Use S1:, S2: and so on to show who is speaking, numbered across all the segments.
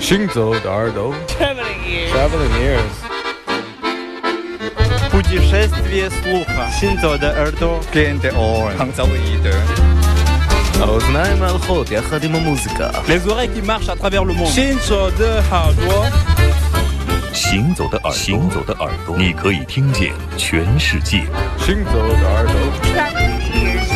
S1: 行走的耳朵
S2: Traveling ears.
S1: ，Traveling ears，
S3: Путешествие слуха. Синзо де Эрдо.
S4: Клиенты ООН. Хангзалы еды.
S5: האוזניים הלכות יחד עם המוזיקה.
S3: Les oreilles qui marchent à travers le monde.
S2: 行走的耳朵，
S6: 行走的耳朵，行走的耳朵，你可以听见全世界。
S1: 行走的耳朵，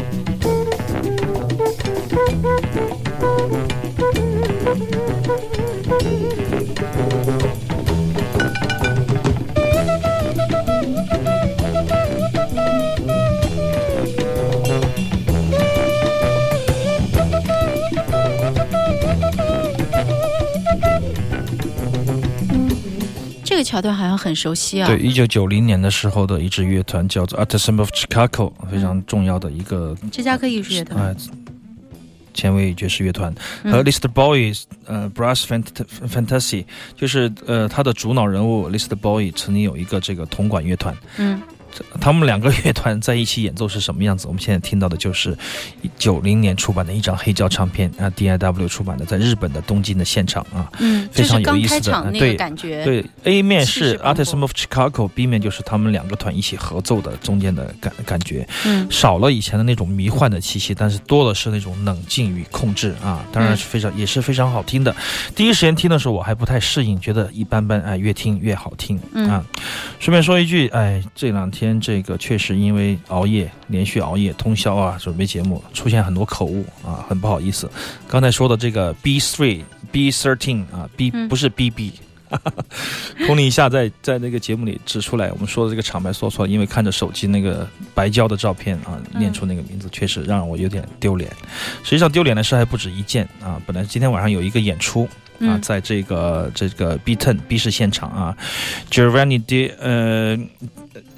S7: 这个桥段好像很熟悉啊。嗯
S8: 对，一九九零年的时候的一支乐团叫做 a r t i s a n of Chicago，非常重要的一个
S7: 芝加哥艺术乐团。
S8: 哎，前卫爵士乐团，
S9: 嗯
S8: 和 List Boy 呃 Brass Fant- Fantasy，就是呃他的主脑人物 List Boy 曾经有一个这个铜管乐团，
S9: 嗯
S8: 他们两个乐团在一起演奏是什么样子？我们现在听到的就是九零年出版的一张黑胶唱片啊，DIW 出版的，在日本的东京的现场啊。
S9: 嗯，就
S8: 非
S9: 是
S8: 常有
S9: 刚
S8: 意思
S9: 开
S8: 的
S9: 场
S8: 嗯
S9: 那
S8: 对
S9: 个感觉，
S8: 对，A 面
S9: 气势
S8: 是
S9: 磅礴
S8: Artisan of Chicago，B 面就是他们两个团一起合奏的中间的感感觉，
S9: 嗯
S8: 少了以前的那种迷幻的气息，但是多的是那种冷静与控制啊，当
S9: 嗯
S8: 然是非常也是非常好听的。第一时间听的时候我还不太适应，觉得一般般，哎，越听越好听
S9: 嗯
S8: 啊。顺便说一句，哎，这两天这个确实因为熬夜，连续熬夜通宵啊，准备节目出现很多口误啊，很不好意思。刚才说的这个 B three B thirteen 啊，B
S9: 嗯
S8: 不是 BB。通灵一下在，在那个节目里指出来，我们说的这个厂牌说错了，因为看着手机那个白胶的照片啊，
S9: 嗯
S8: 念出那个名字，确实让我有点丢脸。实际上丢脸的事还不止一件啊，本来今天晚上有一个演出，啊，
S9: 嗯
S8: 在这个这个 B Ten B 市现场啊，Giovanni de 呃，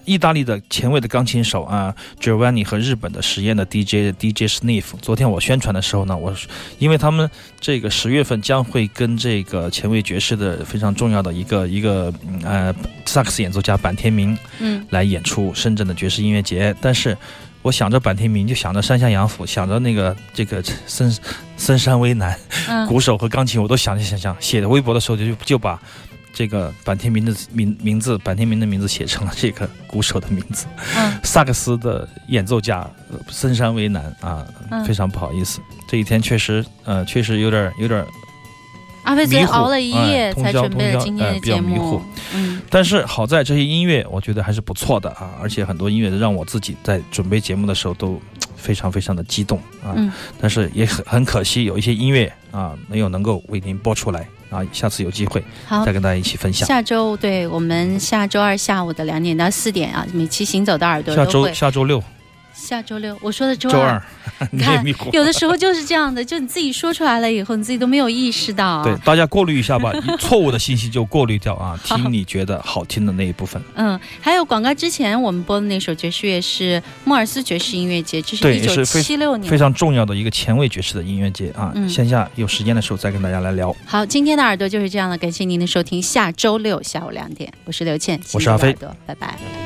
S8: 意大利的前卫的钢琴手啊，Giovanni 和日本的实验的 DJ DJ Sniff，昨天我宣传的时候呢，我是因为他们这个十月份将会跟这个前卫爵士的非常重要的一个一个嗯呃萨克斯演奏家坂田明
S9: 嗯
S8: 来演出深圳的爵士音乐节，但是我想着坂田明，就想着山下洋辅，想着那个这个森森山威男。
S9: 嗯
S8: 鼓手和钢琴，我都想想想想，写的微博的时候就就把这个坂田明的名名字，坂田明的名字写成了这个鼓手的名字，
S9: 嗯
S8: 萨克斯的演奏家呃森山为难啊，
S9: 嗯
S8: 非常不好意思，这一天确实呃确实有点有点，
S9: 阿飞昨
S8: 迷
S9: 天
S8: 糊
S9: 熬了一夜
S8: 哎通
S9: 才
S8: 宵
S9: 准备了
S8: 通宵
S9: 今天
S8: 哎
S9: 的
S8: 比较
S9: 节
S8: 迷
S9: 目
S8: 糊，
S9: 嗯
S8: 但是好在这些音乐我觉得还是不错的啊，而且很多音乐让我自己在准备节目的时候都非常非常的激动啊，
S9: 嗯
S8: 但是也很很可惜有一些音乐啊没有能够为您播出来啊，下次有机会
S9: 好
S8: 再。跟大家一起分享。
S9: 下周对我们下周二下午的两点到四点啊，每期行走的耳朵
S8: 下
S9: 都
S8: 周
S9: 会。
S8: 下周六
S9: 下周六，我说的周
S8: 周二， 你也
S9: 看
S8: 迷糊。
S9: 有的时候就是这样的，就你自己说出来了以后，你自己都没有意识到啊。
S8: 对，大家过滤一下吧，一错误的信息就过滤掉 啊，听你觉得好听的那一部分。
S9: 嗯，还有广告之前我们播的那首爵士乐是莫尔斯爵士音乐节，这是
S8: 对
S9: 一九
S8: 也是非
S9: 七六
S8: 非
S9: 年。
S8: 常重要的一个前卫爵士的音乐节啊，
S9: 嗯
S8: 线下有时间的时候再跟大家来聊。
S9: 好，今天的耳朵就是这样了，感谢您的收听，下周六下午两点，我是刘倩，
S8: 我
S9: 行
S8: 是
S9: 走的
S8: 阿飞
S9: 耳朵，拜拜。